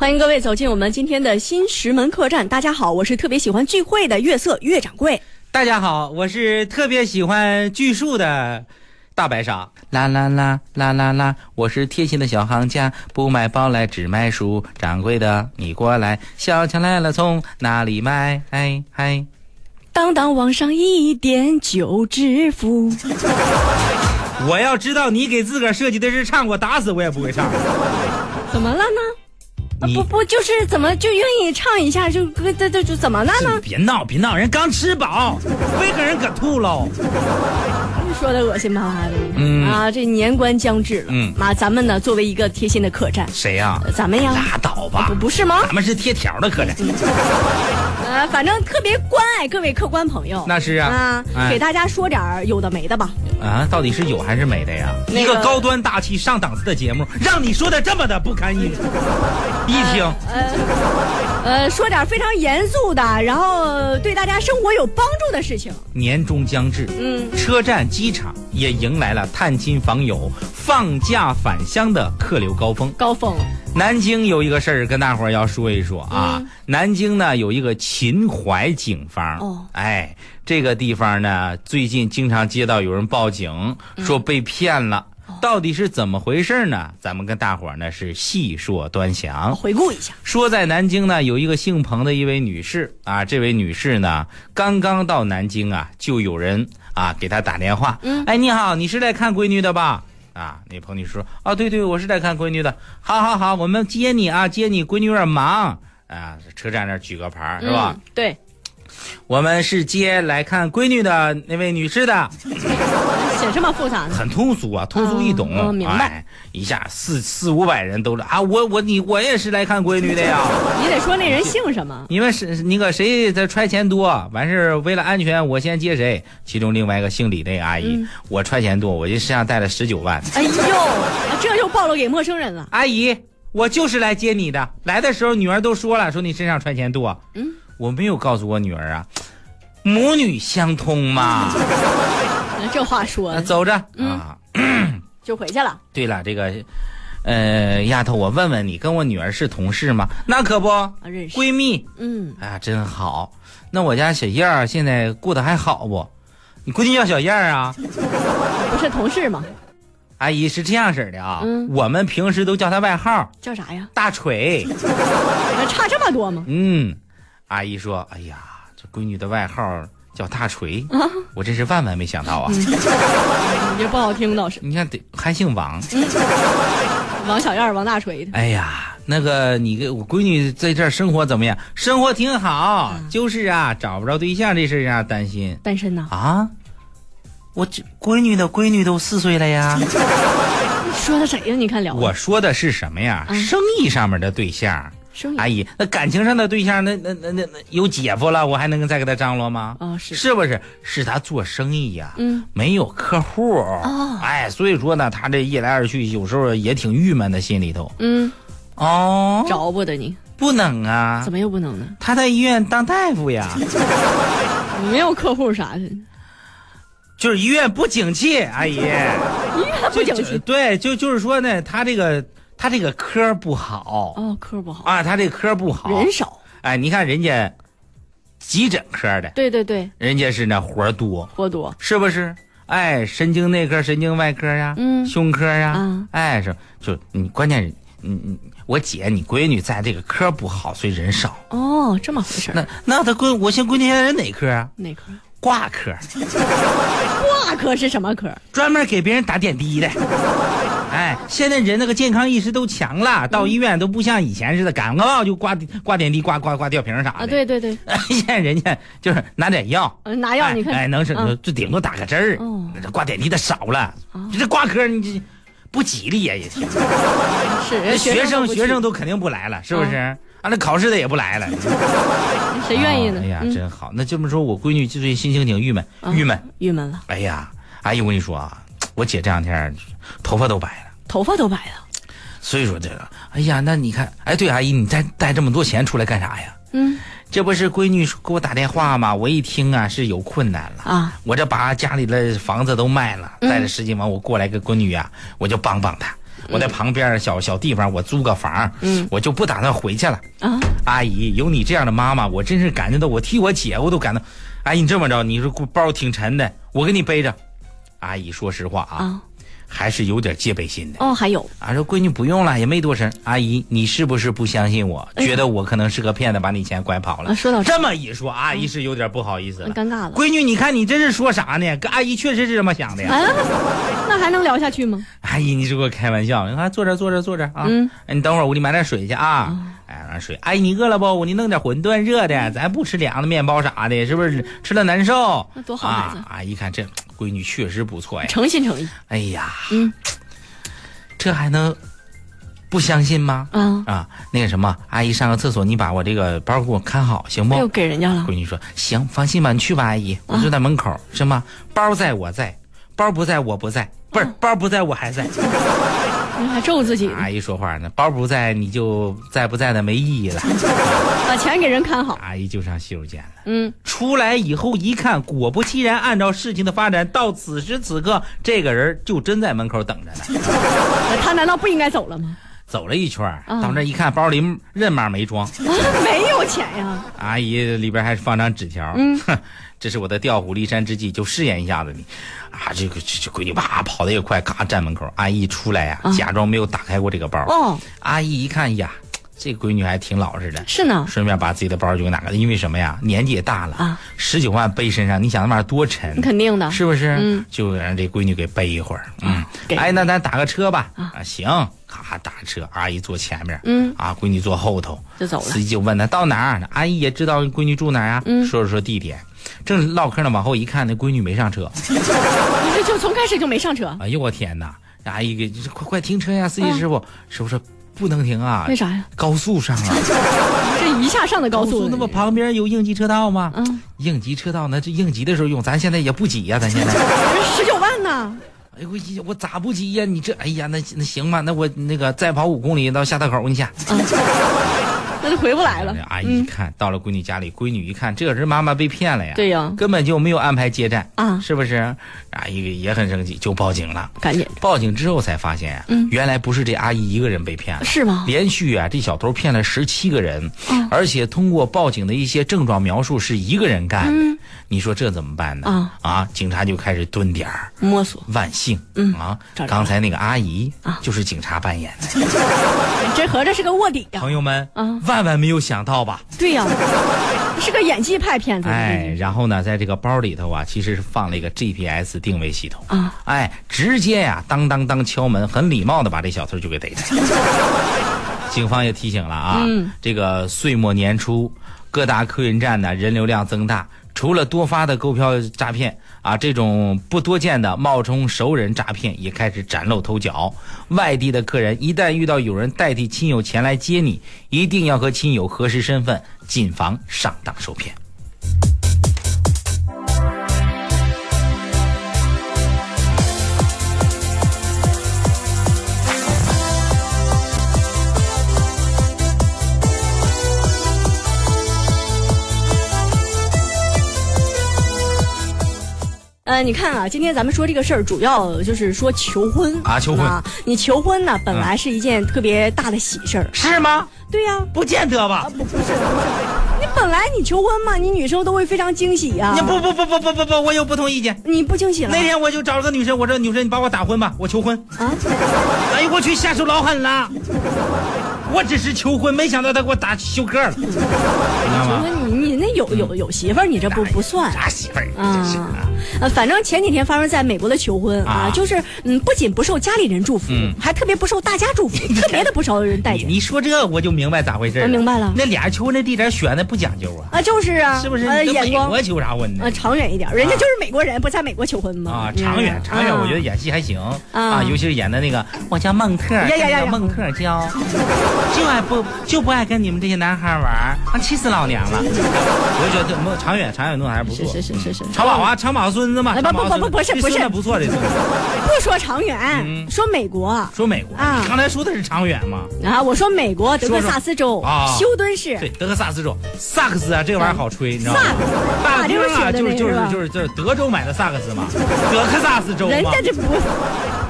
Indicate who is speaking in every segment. Speaker 1: 欢迎各位走进我们今天的新石门客栈。大家好，我是特别喜欢聚会的月色月掌柜。
Speaker 2: 大家好，我是特别喜欢锯树的大白鲨。啦啦啦啦啦啦！我是贴心的小行家，不买包来只卖书。掌柜的，你过来，小强来了从哪里买？哎嗨！
Speaker 1: 当当往上一点九支付。
Speaker 2: 我要知道你给自个儿设计的是唱，我打死我也不会唱。
Speaker 1: 怎么了呢？啊、
Speaker 2: 你
Speaker 1: 不不，就是怎么就愿意唱一下，就这这这就怎么了呢？
Speaker 2: 别闹别闹，人刚吃饱， 非给人搁吐喽。
Speaker 1: 说的恶心巴拉的。
Speaker 2: 嗯
Speaker 1: 啊，这年关将至了。
Speaker 2: 嗯
Speaker 1: 啊，咱们呢作为一个贴心的客栈，
Speaker 2: 谁呀、
Speaker 1: 呃咱们呀，
Speaker 2: 拉倒吧
Speaker 1: 不，不是吗？
Speaker 2: 咱们是贴条的客人。
Speaker 1: 呃，反正特别关爱各位客官朋友。
Speaker 2: 那是啊
Speaker 1: 啊，
Speaker 2: 哎
Speaker 1: 给大家说点儿有的没的吧。
Speaker 2: 啊，到底是有还是没的呀？
Speaker 1: 那个
Speaker 2: 一个高端大气上档次的节目，让你说的这么的不 堪一目，一听
Speaker 1: 呃，说点非常严肃的，然后对大家生活有帮助的事情。
Speaker 2: 年终将至，
Speaker 1: 嗯，
Speaker 2: 车站、机场也迎来了探亲访友、放假返乡的客流高峰。
Speaker 1: 高峰，
Speaker 2: 南京有一个事儿跟大伙儿要说一说啊，南京呢有一个秦淮警方，
Speaker 1: 哦
Speaker 2: 哎，这个地方呢最近经常接到有人报警说被骗了。到底是怎么回事呢？咱们跟大伙儿呢是细说端详。
Speaker 1: 回顾一下，
Speaker 2: 说在南京呢，有一个姓彭的一位女士啊，这位女士呢，刚刚到南京啊，就有人啊给她打电话，
Speaker 1: 嗯
Speaker 2: 哎，你好，你是来看闺女的吧？啊，那彭女士说，啊，对对，我是来看闺女的，好好好，我们接你啊，接你，闺女有点忙啊，车站那儿举个牌啊儿是吧？
Speaker 1: 嗯？对，
Speaker 2: 我们是接来看闺女的那位女士的，
Speaker 1: 写这么复杂呢？
Speaker 2: 很通俗啊，通俗易懂，
Speaker 1: 嗯嗯明白
Speaker 2: 哎一下四四五百人都来啊，我我你我也是来看闺女的呀。
Speaker 1: 你得说那人姓什 么？
Speaker 2: 你们是那个谁在揣钱多，完事儿为了安全，我先接谁？其中另外一个姓李那个阿姨，
Speaker 1: 嗯
Speaker 2: 我揣钱多，我就身上带了十九万。
Speaker 1: 哎呦，这就暴露给陌生人了。
Speaker 2: 阿姨，我就是来接你的。来的时候女儿都说了，说你身上揣钱多。
Speaker 1: 嗯，
Speaker 2: 我没有告诉我女儿啊，母女相通嘛。
Speaker 1: 这话说
Speaker 2: 那
Speaker 1: 的，
Speaker 2: 走着、
Speaker 1: 嗯
Speaker 2: 啊。
Speaker 1: 就回去了。
Speaker 2: 对了，这个，呃，丫头，我问问你，跟我女儿是同事吗？那可不，
Speaker 1: 啊，认识，
Speaker 2: 闺蜜。
Speaker 1: 嗯，
Speaker 2: 啊，真好。那我家小燕儿现在过得还好不？你闺女叫小燕儿啊？
Speaker 1: 不是同事吗？
Speaker 2: 阿姨是这样式儿的啊，
Speaker 1: 嗯
Speaker 2: 我们平时都叫她外号
Speaker 1: 叫啥呀？
Speaker 2: 大锤。
Speaker 1: 那差这么多吗？
Speaker 2: 嗯，阿姨说，哎呀，这闺女的外号叫大锤，我真是万万没想到啊！嗯
Speaker 1: 你这不好听倒是。
Speaker 2: 你看得还姓王，
Speaker 1: 王小燕儿、王大锤的，
Speaker 2: 哎呀，那个你给我闺女在这儿生活怎么样？生活挺好，就是啊，找不着对象这事儿啊担心
Speaker 1: 单身呐？
Speaker 2: 啊。我这闺女的闺女都四岁了呀。
Speaker 1: 说的谁呀？你看聊的
Speaker 2: 我说的是什么呀？
Speaker 1: 嗯
Speaker 2: 生意上面的对象，
Speaker 1: 生
Speaker 2: 阿
Speaker 1: 意
Speaker 2: 姨，那感情上的对象，那那那那那有姐夫了，我还能再给他张罗吗？
Speaker 1: 啊是，
Speaker 2: 是不是？是他做生意呀、
Speaker 1: 嗯，
Speaker 2: 没有客户，
Speaker 1: 哦
Speaker 2: 哎，所以说呢，他这一来二去，有时候也挺郁闷的，心里头。
Speaker 1: 嗯，
Speaker 2: 哦，
Speaker 1: 着不得你，
Speaker 2: 不能啊
Speaker 1: 怎，么又不能呢？
Speaker 2: 他在医院当大 夫呀，
Speaker 1: 没有客户啥的，
Speaker 2: 就是医院不景气，阿姨，
Speaker 1: 他 不景
Speaker 2: 就
Speaker 1: 气
Speaker 2: 就。对，就就是说呢，他这个他这个科儿不好、
Speaker 1: 哦，科不好，
Speaker 2: 啊，他这科儿不好，
Speaker 1: 人少。
Speaker 2: 哎，你看人家急诊科的，
Speaker 1: 对对对，
Speaker 2: 人家是那活儿多，
Speaker 1: 活多。
Speaker 2: 是不是？哎，神经内科、神经外科呀、
Speaker 1: 嗯
Speaker 2: 胸科呀、
Speaker 1: 啊
Speaker 2: 哎，是就你关键是，你你我姐你闺女在这个科不好，所以人少。
Speaker 1: 哦，这么回事儿。
Speaker 2: 那那她闺我现闺女现在人哪科啊？
Speaker 1: 哪科？
Speaker 2: 挂科，
Speaker 1: 挂科是什么科？
Speaker 2: 专门给别人打点滴的。 哎，现在人那个健康意识都强了，到医院都不像以前似的，感冒就挂挂点滴、挂挂挂吊瓶啥的。
Speaker 1: 啊，，对对对，
Speaker 2: 现在人家就是拿点药，
Speaker 1: 呃拿药你看。
Speaker 2: 哎，哎能是、
Speaker 1: 嗯
Speaker 2: 就顶多打个针儿，
Speaker 1: 哦
Speaker 2: 这挂点滴的少了，
Speaker 1: 哦
Speaker 2: 这挂科你这不吉利呀、也挺。
Speaker 1: 是
Speaker 2: 这学生
Speaker 1: 都不去哦
Speaker 2: 学生都肯定不来了，是不是？啊，那考试的也不 来了，
Speaker 1: 谁愿意呢？
Speaker 2: 哦哎呀，
Speaker 1: 嗯
Speaker 2: 真好。那这么说，我闺女最近心情挺郁闷，
Speaker 1: 啊
Speaker 2: 郁闷。
Speaker 1: 郁闷了，
Speaker 2: 哎呀，阿姨，我跟你说啊，我姐这两天头发都白了。
Speaker 1: 头发都白了。
Speaker 2: 所以说这个，哎呀，那你看，哎，对，阿姨，你带带这么多钱出来干啥呀？
Speaker 1: 嗯
Speaker 2: 这不是闺女给我打电话吗？我一听啊，是有困难了。
Speaker 1: 啊，嗯
Speaker 2: 啊我这把家里的房子都卖了，带着十几万我过来跟闺女呀、我就帮帮她。我在旁边小小地方我租个房，
Speaker 1: 嗯
Speaker 2: 我就不打算回去了。
Speaker 1: 啊，
Speaker 2: 阿姨，有你这样的妈妈，我真是感觉到，我替我姐我都感到。阿姨，你这么着，你说包挺沉的，我给你背着。阿姨，说实话啊，
Speaker 1: 啊
Speaker 2: 还是有点戒备心的。
Speaker 1: 哦，还有，
Speaker 2: 啊，说闺女不用了，也没多深。阿姨，你是不是不相信我？
Speaker 1: 哎呀
Speaker 2: 觉得我可能是个骗子，把你钱拐跑了？
Speaker 1: 啊说到这
Speaker 2: 哦这么一说，阿姨是有点不好意思了。
Speaker 1: 嗯尴尬了。
Speaker 2: 闺女，你看你这是说啥呢？跟阿姨确实是这么想的呀。
Speaker 1: 啊，那还能聊下去吗？
Speaker 2: 阿姨，你是给我开玩笑？你看坐这儿坐这儿坐这儿啊！
Speaker 1: 嗯哦
Speaker 2: 哎，你等会儿我给你买点水去啊！哎，买水。阿姨，你饿了不？我给你弄点馄饨热
Speaker 1: 嗯
Speaker 2: 的，咱不吃凉的面包啥的，是不是吃了难受？
Speaker 1: 那多好孩子
Speaker 2: 啊！阿姨看这闺女确实不错呀。
Speaker 1: 诚心诚意
Speaker 2: 哎呀，
Speaker 1: 嗯，
Speaker 2: 这还能不相信吗？
Speaker 1: 啊，
Speaker 2: 啊，那个什么，阿姨上个厕所，你把我这个包给我看好行不？
Speaker 1: 又哎给人家了
Speaker 2: 闺。女说：“行，放心吧，你去吧，阿姨，我就在门口，行吗？包在我在，包不在我不在，不是、包不在我还在。
Speaker 1: 你还咒自己，
Speaker 2: 阿姨说话呢，包不在你就在不在的没意义了。
Speaker 1: 把钱给人看好。
Speaker 2: 阿姨就上洗手间了，
Speaker 1: 嗯，
Speaker 2: 出来以后一看，果不其然，按照事情的发展，到此时此刻，这个人就真在门口等着呢。
Speaker 1: 他难道不应该走了吗？
Speaker 2: 走了一圈儿，
Speaker 1: 嗯
Speaker 2: 到那儿一看，包里任码没装。
Speaker 1: 啊，没有钱呀。
Speaker 2: 阿姨里边还放张纸条，
Speaker 1: 嗯
Speaker 2: 哼， 这是我的调虎离山之计，就试验一下子你。啊，这个这这闺女哇跑得也快，咔站门口，阿姨出来呀、
Speaker 1: 啊
Speaker 2: 假装没有打开过这个包。
Speaker 1: 哦，
Speaker 2: 阿姨一看哎呀，这闺女还挺老实的，啊
Speaker 1: 是呢。
Speaker 2: 顺便把自己的包就给拿了，因为什么呀？年纪也大了
Speaker 1: 啊，
Speaker 2: 十九万背身上，你想那玩意儿多沉
Speaker 1: 你，肯定的。
Speaker 2: 是不是？
Speaker 1: 嗯，啊
Speaker 2: 就让这闺女给背一会儿。嗯，
Speaker 1: 给
Speaker 2: 哎，那咱打个车吧。
Speaker 1: 啊
Speaker 2: 啊，行，咔打车，阿姨坐前面，
Speaker 1: 嗯，
Speaker 2: 啊，闺女坐后头。
Speaker 1: 就走了
Speaker 2: 司。机就问他到哪儿，阿姨也知道闺女住哪儿啊，
Speaker 1: 嗯
Speaker 2: 说着说地点，正唠嗑呢，往后一看，那闺女没上车，
Speaker 1: 就就从开始就没上车，
Speaker 2: 哎呦我天哪！阿姨给就是快快停车呀，司机师傅，师傅说不能停啊
Speaker 1: 嗯为，啥呀？
Speaker 2: 高速上 啊，
Speaker 1: 这一下上的高速，
Speaker 2: 那不旁边有应急车道吗？
Speaker 1: 嗯，
Speaker 2: 应急车道那这应急的时候用，咱现在也不挤呀、咱现在，
Speaker 1: 十九万呢？
Speaker 2: 哎呦我我咋不挤呀、你这哎呀那那行吧，那我那个再跑五公里到下道口，我给你下。哎
Speaker 1: 那就回不来了
Speaker 2: 那。阿姨一
Speaker 1: 嗯，
Speaker 2: 看、到了闺女家里，闺女一看这人妈妈被骗了呀，
Speaker 1: 对呀，
Speaker 2: 根本就没有安排接站
Speaker 1: 啊
Speaker 2: 是不是？阿姨也很生气，就报警了。
Speaker 1: 赶紧
Speaker 2: 报警之后才发现，啊
Speaker 1: 嗯哦
Speaker 2: 原来不是这阿姨一个人被骗了，
Speaker 1: 是吗？
Speaker 2: 连续啊，这小偷骗了十七个人，
Speaker 1: 啊
Speaker 2: 而且通过报警的一些症状描述是一个人干的，
Speaker 1: 嗯
Speaker 2: 你说这怎么办呢？
Speaker 1: 啊
Speaker 2: 警察就开始蹲点儿。
Speaker 1: 摸索，
Speaker 2: 万幸，
Speaker 1: 嗯
Speaker 2: 啊
Speaker 1: 找着，了
Speaker 2: 刚才那个阿姨
Speaker 1: 啊
Speaker 2: 就是警察扮演的。
Speaker 1: 这合着是个卧底呀
Speaker 2: 朋。友们
Speaker 1: 啊，
Speaker 2: 万万没有想到吧？
Speaker 1: 对呀，是个演技派骗子。
Speaker 2: 哎，然后呢，在这个包里头啊，其实是放了一个 GPS 定位系统
Speaker 1: 啊。
Speaker 2: 哎，直接呀、当当当敲门，很礼貌的把这小偷就给逮 住了。警方也提醒了啊，
Speaker 1: 嗯
Speaker 2: 这个岁末年初，各大客运站呢人流量增大，除了多发的购票诈骗啊，这种不多见的冒充熟人诈骗也开始崭露头角。外地的客人一旦遇到有人代替亲友前来接你，一定要和亲友核实身份，谨防上当受骗。
Speaker 1: 呃，你看啊，今天咱们说这个事儿，主要就是说求婚
Speaker 2: 啊求婚
Speaker 1: 你求婚呢，本来是一件特别大的喜事儿。
Speaker 2: 是吗？
Speaker 1: 对呀、
Speaker 2: 不见得
Speaker 1: 啊
Speaker 2: 吧？
Speaker 1: 你本来你求婚嘛，你女生都会非常惊喜呀、
Speaker 2: 你不不不不不不不，我有不同意见。
Speaker 1: 你不惊喜了
Speaker 2: 那天我就找了个女生，我说女生你把我打昏吧，我求婚。
Speaker 1: 啊？
Speaker 2: 哎呦我去，下手老狠了。我只是求婚，没想到她给我打休克了，你知道
Speaker 1: 求
Speaker 2: 吗？
Speaker 1: 婚你你那有有有媳妇儿，你这不不算。
Speaker 2: 啥媳妇儿？
Speaker 1: 啊
Speaker 2: 真是啊！
Speaker 1: 呃，反正前几天发生在美国的求婚啊，
Speaker 2: 啊
Speaker 1: 就是嗯，不仅不受家里人祝福，
Speaker 2: 嗯
Speaker 1: 还特别不受大家祝福，特别的不受人待
Speaker 2: 哎你
Speaker 1: 见
Speaker 2: 你说这我就明白咋回事
Speaker 1: 我
Speaker 2: 了。
Speaker 1: 明白了
Speaker 2: 那俩人求婚的地点选的不讲究啊，
Speaker 1: 啊，就是啊，
Speaker 2: 是不是？
Speaker 1: 呃，
Speaker 2: 你跟
Speaker 1: 眼
Speaker 2: 美
Speaker 1: 光
Speaker 2: 国求啥婚呢
Speaker 1: 呃？长远一点，人家
Speaker 2: 啊
Speaker 1: 就是美国人，不在美国求婚吗？
Speaker 2: 啊，长远
Speaker 1: 嗯
Speaker 2: 长远，我觉得演戏还行啊，尤其是演的那个，我叫孟特，
Speaker 1: 呀呀呀呀
Speaker 2: 孟特娇，就爱不就不爱跟你们这些男孩玩儿，啊，气死老娘了。我就觉得孟长远长远弄得还不错，
Speaker 1: 是是是是是
Speaker 2: 长宝啊，长宝孙子嘛，
Speaker 1: 哎不
Speaker 2: 长宝
Speaker 1: 不不
Speaker 2: 孙
Speaker 1: 不是
Speaker 2: 这
Speaker 1: 不是
Speaker 2: 孙子不错的孙子。
Speaker 1: 不说长远，
Speaker 2: 嗯
Speaker 1: 说美国啊，
Speaker 2: 说美国，
Speaker 1: 啊
Speaker 2: 你刚才说的是长远嘛？
Speaker 1: 我说美国德
Speaker 2: 说
Speaker 1: 克
Speaker 2: 说
Speaker 1: 萨斯州
Speaker 2: 啊
Speaker 1: 休敦市
Speaker 2: 对，德克萨斯州萨克斯啊，这个玩意儿好吹，你知道吗
Speaker 1: 萨克斯？
Speaker 2: 大兵
Speaker 1: 啊
Speaker 2: 啊，
Speaker 1: 这
Speaker 2: 就
Speaker 1: 个
Speaker 2: 是
Speaker 1: 是
Speaker 2: 就
Speaker 1: 的
Speaker 2: 是
Speaker 1: 那个
Speaker 2: 就是就是德州买的萨克斯嘛，德克萨斯州
Speaker 1: 人
Speaker 2: 嘛
Speaker 1: 家。这不，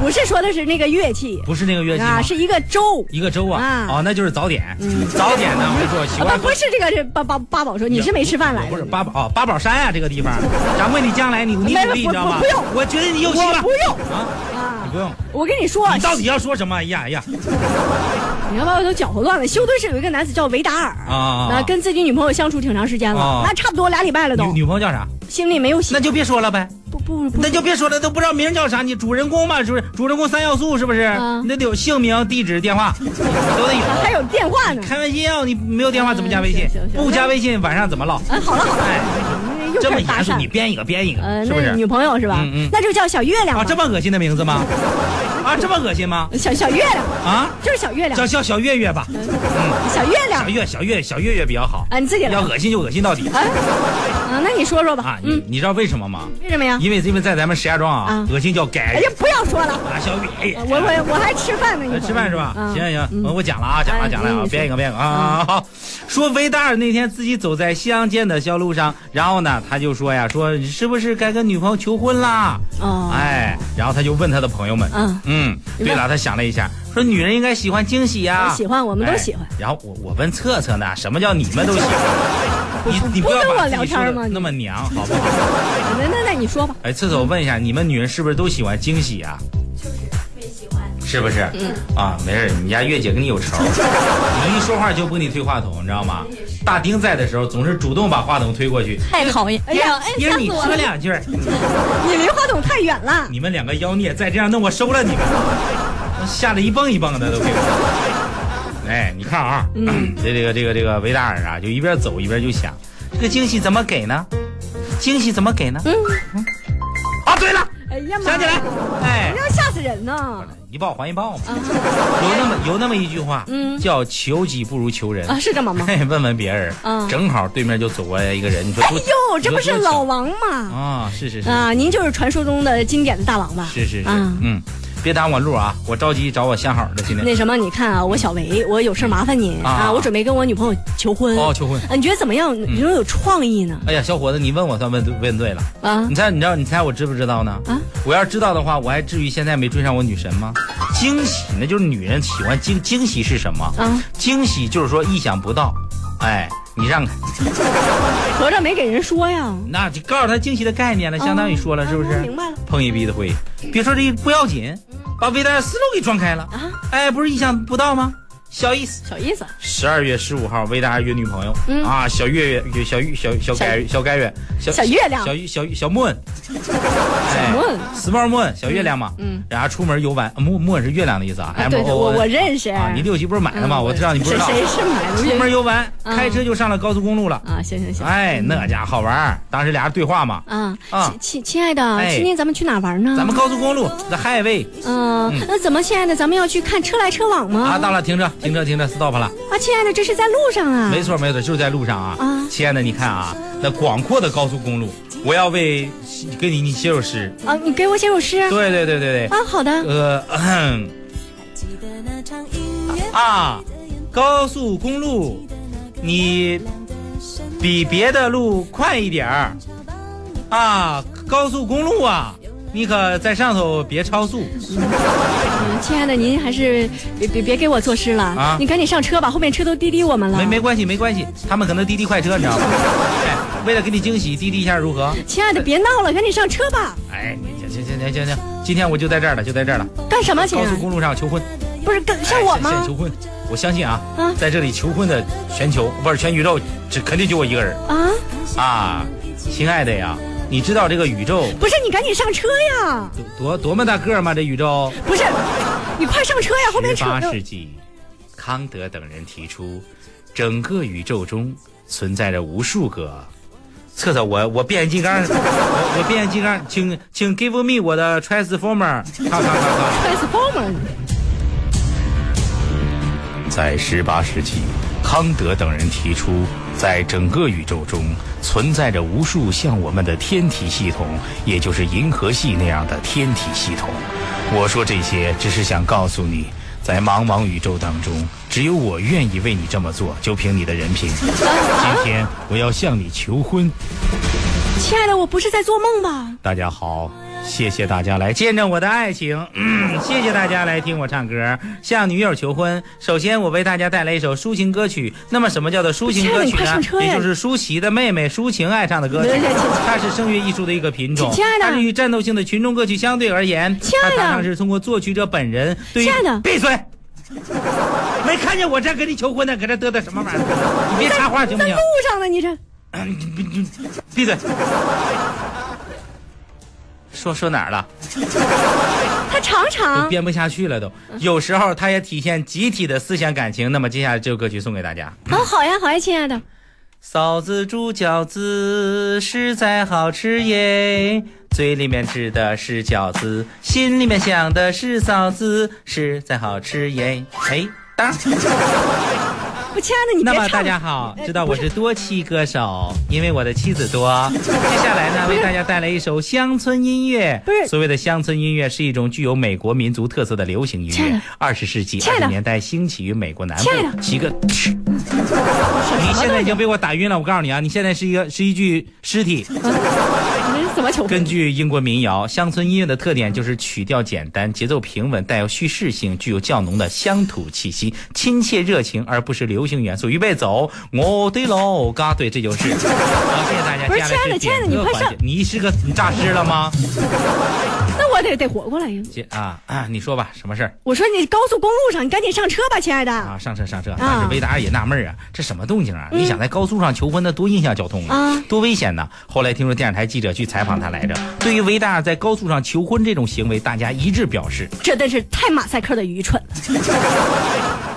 Speaker 1: 不是说的是那个乐器
Speaker 2: 不是那个乐器吗
Speaker 1: 啊，是一个粥。
Speaker 2: 一个粥啊，
Speaker 1: 啊
Speaker 2: 哦，那就是早点。
Speaker 1: 嗯
Speaker 2: 早点呢，我跟你说，喜
Speaker 1: 啊
Speaker 2: 欢
Speaker 1: 不不是这个是八八八宝粥，你是没吃饭来
Speaker 2: 不
Speaker 1: 的
Speaker 2: 是。八宝哦，八宝山啊，这个地方，掌柜，你将来你你
Speaker 1: 没
Speaker 2: 努力，
Speaker 1: 不
Speaker 2: 你知道吗？
Speaker 1: 不不用
Speaker 2: 我觉得你有希
Speaker 1: 我
Speaker 2: 望
Speaker 1: 不用
Speaker 2: 啊，你
Speaker 1: 啊，
Speaker 2: 不用。
Speaker 1: 我跟你说，
Speaker 2: 你到底要说什么？哎呀哎呀，
Speaker 1: 你要把我都搅和乱了。休顿市有一个男子叫维达尔
Speaker 2: 啊
Speaker 1: 那跟自己女朋友相处挺长时间
Speaker 2: 啊
Speaker 1: 了，那差不多俩礼拜了
Speaker 2: 女
Speaker 1: 都，
Speaker 2: 女朋友叫啥？
Speaker 1: 心里没有喜
Speaker 2: 那就别说了呗，
Speaker 1: 不不不
Speaker 2: 那就别说了，都不知道名叫啥，你主人公嘛，是不是？主人公三要素是不是
Speaker 1: 嗯？
Speaker 2: 你得有姓名、地址、电话，都得有。
Speaker 1: 还有电话呢。
Speaker 2: 开玩笑，你没有电话怎么加微信
Speaker 1: 嗯行行？行
Speaker 2: 不加微信晚上怎么唠？
Speaker 1: 嗯，好了好了，
Speaker 2: 哎，
Speaker 1: 嗯又
Speaker 2: 这
Speaker 1: 开
Speaker 2: 么
Speaker 1: 始搭
Speaker 2: 严肃，
Speaker 1: 讪
Speaker 2: 你。编一个编一个
Speaker 1: 呃，，
Speaker 2: 是不
Speaker 1: 那
Speaker 2: 是
Speaker 1: 女？朋友是吧
Speaker 2: 嗯嗯？
Speaker 1: 那就叫小月亮
Speaker 2: 啊，
Speaker 1: 吧
Speaker 2: 这。么恶心的名字吗？啊，这么恶心吗？
Speaker 1: 小小月亮
Speaker 2: 啊，
Speaker 1: 就是小月亮
Speaker 2: 叫，叫小月月吧，
Speaker 1: 嗯小月亮
Speaker 2: 小月小月小月月比较好。
Speaker 1: 啊，你自己来
Speaker 2: 要。恶心就恶心到底
Speaker 1: 啊啊，那你说说吧
Speaker 2: 啊！。你
Speaker 1: 嗯，
Speaker 2: 你知道为什么吗？
Speaker 1: 为什么呀？
Speaker 2: 因为因为在咱们石家庄啊
Speaker 1: 啊，
Speaker 2: 恶心叫该
Speaker 1: 哎呀，不要说了，
Speaker 2: 啊，小月哎呀
Speaker 1: 我我我还吃饭呢，一会
Speaker 2: 呃
Speaker 1: 儿
Speaker 2: 吃饭是吧？
Speaker 1: 嗯
Speaker 2: 行行行，
Speaker 1: 嗯
Speaker 2: 我我讲了啊，讲了
Speaker 1: 哎
Speaker 2: 讲了
Speaker 1: 你
Speaker 2: 啊，
Speaker 1: 你
Speaker 2: 编一个编一个啊。好，说维达尔那天自己走在西洋间的小路上，然后呢，他就说呀，说你是不是该跟女朋友求婚啦？
Speaker 1: 哦，
Speaker 2: 哎，然后他就问他的朋友们，
Speaker 1: 嗯，
Speaker 2: 嗯，
Speaker 1: 你问
Speaker 2: 对了，他想了一下，说女人应该喜欢惊喜呀，
Speaker 1: 喜欢我们都喜欢
Speaker 2: 哎。然后我我问测测呢，什么叫你们都 喜欢？你你
Speaker 1: 不
Speaker 2: 要
Speaker 1: 跟我
Speaker 2: 把自己
Speaker 1: 聊天
Speaker 2: 说得
Speaker 1: 吗你
Speaker 2: 那么娘，好不好？
Speaker 1: 那那那你说吧，
Speaker 2: 哎，测测，我问一下，你们女人是不是都喜欢惊喜啊？就是特别喜欢，是不是？嗯啊，没事，你家月姐跟你有 仇，你一说话就不给你推话筒，你知道吗？大丁在的时候总是主动把话筒推过去，
Speaker 3: 太讨厌！哎呀，哎，
Speaker 2: 因
Speaker 3: 吓死
Speaker 2: 为你
Speaker 3: 我
Speaker 2: 说
Speaker 3: 了！
Speaker 2: 两句儿，
Speaker 1: 你离话筒太远了。
Speaker 2: 你们两个妖孽再这样弄，我收了你们，吓得一蹦一蹦的都给我。哎，你看啊，
Speaker 1: 嗯
Speaker 2: 这这个这个这个维达尔啊，就一边走一边就想，这个惊喜怎么给呢？惊喜怎么给呢？嗯，啊，对了，
Speaker 1: 哎呀妈，
Speaker 2: 想起来，哎。
Speaker 1: 要吓死人呢。
Speaker 2: 一报还一报嘛。有那么有那么一句话，
Speaker 1: 嗯
Speaker 2: 叫求己不如求人。
Speaker 1: 啊，是这么吗？
Speaker 2: 嘿问问别人，
Speaker 1: 嗯
Speaker 2: 正好对面就走过来一个人，你说
Speaker 1: 哎
Speaker 2: 多
Speaker 1: 呦，这不是老
Speaker 2: 王
Speaker 1: 王吗？
Speaker 2: 啊？是是是
Speaker 1: 啊，您就是传说中的经典的大王吧？
Speaker 2: 是是是，
Speaker 1: 啊。
Speaker 2: 嗯，别挡我路啊！我着急找我相好的今天。
Speaker 1: 那什么，你看啊，我小维，我有事麻烦你
Speaker 2: 啊
Speaker 1: 啊，我准备跟我女朋友求婚。
Speaker 2: 哦，嗯求婚。
Speaker 1: 啊，你觉得怎么样？你说有创意呢？
Speaker 2: 哎呀，小伙子，你问我算问对问对了。
Speaker 1: 啊
Speaker 2: 你猜，你知道，你猜我知不知道呢？
Speaker 1: 啊，
Speaker 2: 我要是知道的话，我还至于现在没追上我女神吗？惊喜，那就是女人喜欢惊惊喜是什么？
Speaker 1: 啊，
Speaker 2: 惊喜就是说意想不到。哎，你让
Speaker 1: 合着没给人说呀？
Speaker 2: 那就告诉他惊喜的概念了，相当于说了，
Speaker 1: 啊
Speaker 2: 是不
Speaker 1: 啊
Speaker 2: 是？
Speaker 1: 明白了。
Speaker 2: 碰一鼻子灰，别说这不要紧，把维达尔思路给撞开了。
Speaker 1: 啊，
Speaker 2: 哎，不是意想不到吗？小意思。
Speaker 1: 小意思。
Speaker 2: 十二月十五号，维达尔约女朋友、啊，小月月月小玉小小盖小盖月小
Speaker 1: 嗯小月亮
Speaker 2: 小玉小玉小哎莫恩， 小
Speaker 1: 莫恩
Speaker 2: ，small 莫恩，小月亮嘛。
Speaker 1: 嗯，
Speaker 2: 然后出门游玩，莫莫恩是月亮的意思啊。
Speaker 1: 啊，对对，我
Speaker 2: MOON
Speaker 1: 我认识。
Speaker 2: 啊，你六级不是买了吗？
Speaker 1: 嗯
Speaker 2: 我知道你不知道。
Speaker 1: 谁谁是买的？
Speaker 2: 出门游玩，
Speaker 1: 嗯
Speaker 2: 开车就上了高速公路了。
Speaker 1: 啊，行行行。
Speaker 2: 哎，那家好玩儿，当时俩人对话嘛。
Speaker 1: 啊，
Speaker 2: 啊
Speaker 1: 亲亲亲爱的，
Speaker 2: 哎
Speaker 1: 今天咱们去哪玩呢？
Speaker 2: 咱们高速公路，the highway
Speaker 1: 嗯，那怎么，亲爱的，咱们要去看车来车往吗？
Speaker 2: 啊，到了，停车，停车，停车，stop 了。
Speaker 1: 啊，亲爱的，这是在路上啊。
Speaker 2: 没错，没错，就是在路上啊
Speaker 1: 啊。
Speaker 2: 亲爱的，你看啊，那广阔的高速公路，我要为给你你写首诗。
Speaker 1: 啊，你给我写首诗啊。
Speaker 2: 对对对对对，
Speaker 1: 好的。
Speaker 2: 呃，咳
Speaker 3: 记得那场音乐
Speaker 2: 啊，高速公路，你比别的路快一点儿啊，高速公路啊，你可在上头别超速。
Speaker 1: 嗯亲爱的，您还是别别别给我作诗了
Speaker 2: 啊
Speaker 1: 你赶紧上车吧，后面车都滴滴我们了。
Speaker 2: 没没关系，没关系，他们可能滴滴快车，你知道吗？哎，为了给你惊喜，滴滴一下如何？
Speaker 1: 亲爱的，别闹了，赶紧上车吧。
Speaker 2: 哎，你行行行行行行，今天我就在这儿了，就在这儿了。
Speaker 1: 干什么，亲
Speaker 2: 高
Speaker 1: 爱
Speaker 2: 速
Speaker 1: 的？
Speaker 2: 公路上求婚，
Speaker 1: 不啊是跟上
Speaker 2: 哎
Speaker 1: 我
Speaker 2: 现现
Speaker 1: 吗
Speaker 2: 求？婚，我相信啊，
Speaker 1: 啊
Speaker 2: 在这里求婚的全球不是全宇宙，只肯定就我一个人
Speaker 1: 啊，
Speaker 2: 啊，亲爱的呀，你知道这个宇宙
Speaker 1: 不是，你赶紧上车呀！
Speaker 2: 多多多么大个儿吗？这宇宙，
Speaker 1: 不是，你快上车呀，后面
Speaker 2: 十
Speaker 1: 车
Speaker 2: 八世纪，康德等人提出，整个宇宙中存在着无数个。测测我，我变形金刚，我我变形金刚，请请 give me 我的 transformer，咔咔咔咔。
Speaker 1: 呃 transformer
Speaker 2: 在十八世纪，康德等人提出，在整个宇宙中存在着无数像我们的天体系统，也就是银河系那样的天体系统。我说这些，只是想告诉你，在茫茫宇宙当中，只有我愿意为你这么做，就凭你的人品。今天我要向你求婚。
Speaker 1: 亲爱的，我不是在做梦吧？
Speaker 2: 大家好，谢谢大家来见证我的爱情，嗯谢谢大家来听我唱歌，向女友求婚。首先，我为大家带来一首抒情歌曲。那么，什么叫做抒情歌曲
Speaker 1: 不是你快
Speaker 2: 呢
Speaker 1: 上车？呀
Speaker 2: 也就是舒淇的妹妹抒情爱唱的歌曲
Speaker 1: 对对对。
Speaker 2: 它是声乐艺术的一个品种，
Speaker 1: 亲爱的
Speaker 2: 它是与战斗性的群众歌曲相对而言，
Speaker 1: 亲爱的
Speaker 2: 它常常是通过作曲者本人对于
Speaker 1: 亲爱的
Speaker 2: 闭嘴。没看见我这跟你求婚呢，搁这嘚嘚什么玩意儿？你别插话行不
Speaker 1: 在
Speaker 2: 行
Speaker 1: 路？上呢，你这
Speaker 2: 嗯你你你闭嘴！说说哪儿了？
Speaker 1: 他常
Speaker 2: 就
Speaker 1: 常
Speaker 2: 编不下去了都。有时候它也体现集体的思想感情。那么接下来这首歌曲送给大家。
Speaker 1: 哦，好呀好呀，亲爱的，哦
Speaker 2: 嫂子煮饺子实在好吃耶，嘴里面吃的是饺子，心里面想的是嫂子，实在好吃耶。哎，当。
Speaker 1: 不，亲爱的，你别
Speaker 2: 那
Speaker 1: 唱
Speaker 2: 么
Speaker 1: 了。
Speaker 2: 大家好，
Speaker 1: 哎
Speaker 2: 知道我是多妻歌手，因为我的妻 子多。接下来呢，为大家带来一首乡村音乐。
Speaker 1: 不是
Speaker 2: 所谓的乡村音乐是一种具有美国民族特色的流行音
Speaker 1: 亲爱
Speaker 2: 乐
Speaker 1: 的，
Speaker 2: 二十世纪
Speaker 1: 亲
Speaker 2: 二
Speaker 1: 爱的
Speaker 2: 十年代兴起于美国南
Speaker 1: 亲爱
Speaker 2: 部。
Speaker 1: 的
Speaker 2: 七个，你现在已经被我打晕了。我告诉你啊，你现在是一个是一具尸体。
Speaker 1: 你们怎么求婚？
Speaker 2: 根据英国民谣，乡村音乐的特点就是曲调简单，节奏平稳，带有叙事性，具有较浓的乡土气息，亲切热情，而不是流行元素。预备走，我的老家，对，这就是。 好，谢谢大家。
Speaker 1: 不是
Speaker 2: 接下来
Speaker 1: 亲爱的亲爱的你
Speaker 2: 点歌
Speaker 1: 快上
Speaker 2: 环节你是个你诈尸了吗？
Speaker 1: 那我得得活过来呀。
Speaker 2: 接啊啊，你说吧，什么事儿
Speaker 1: 我说你高速公路上，你赶紧上车吧，亲爱的。
Speaker 2: 啊？上车上车。但是维达尔也纳闷儿啊，这什么动静啊？
Speaker 1: 嗯
Speaker 2: 你想在高速上求婚，那多影响交通啊
Speaker 1: 啊，
Speaker 2: 多危险呐！后来听说电视台记者去采访他来着，对于维达尔在高速上求婚这种行为，大家一致表示。
Speaker 1: 这真是太马赛克的愚蠢了。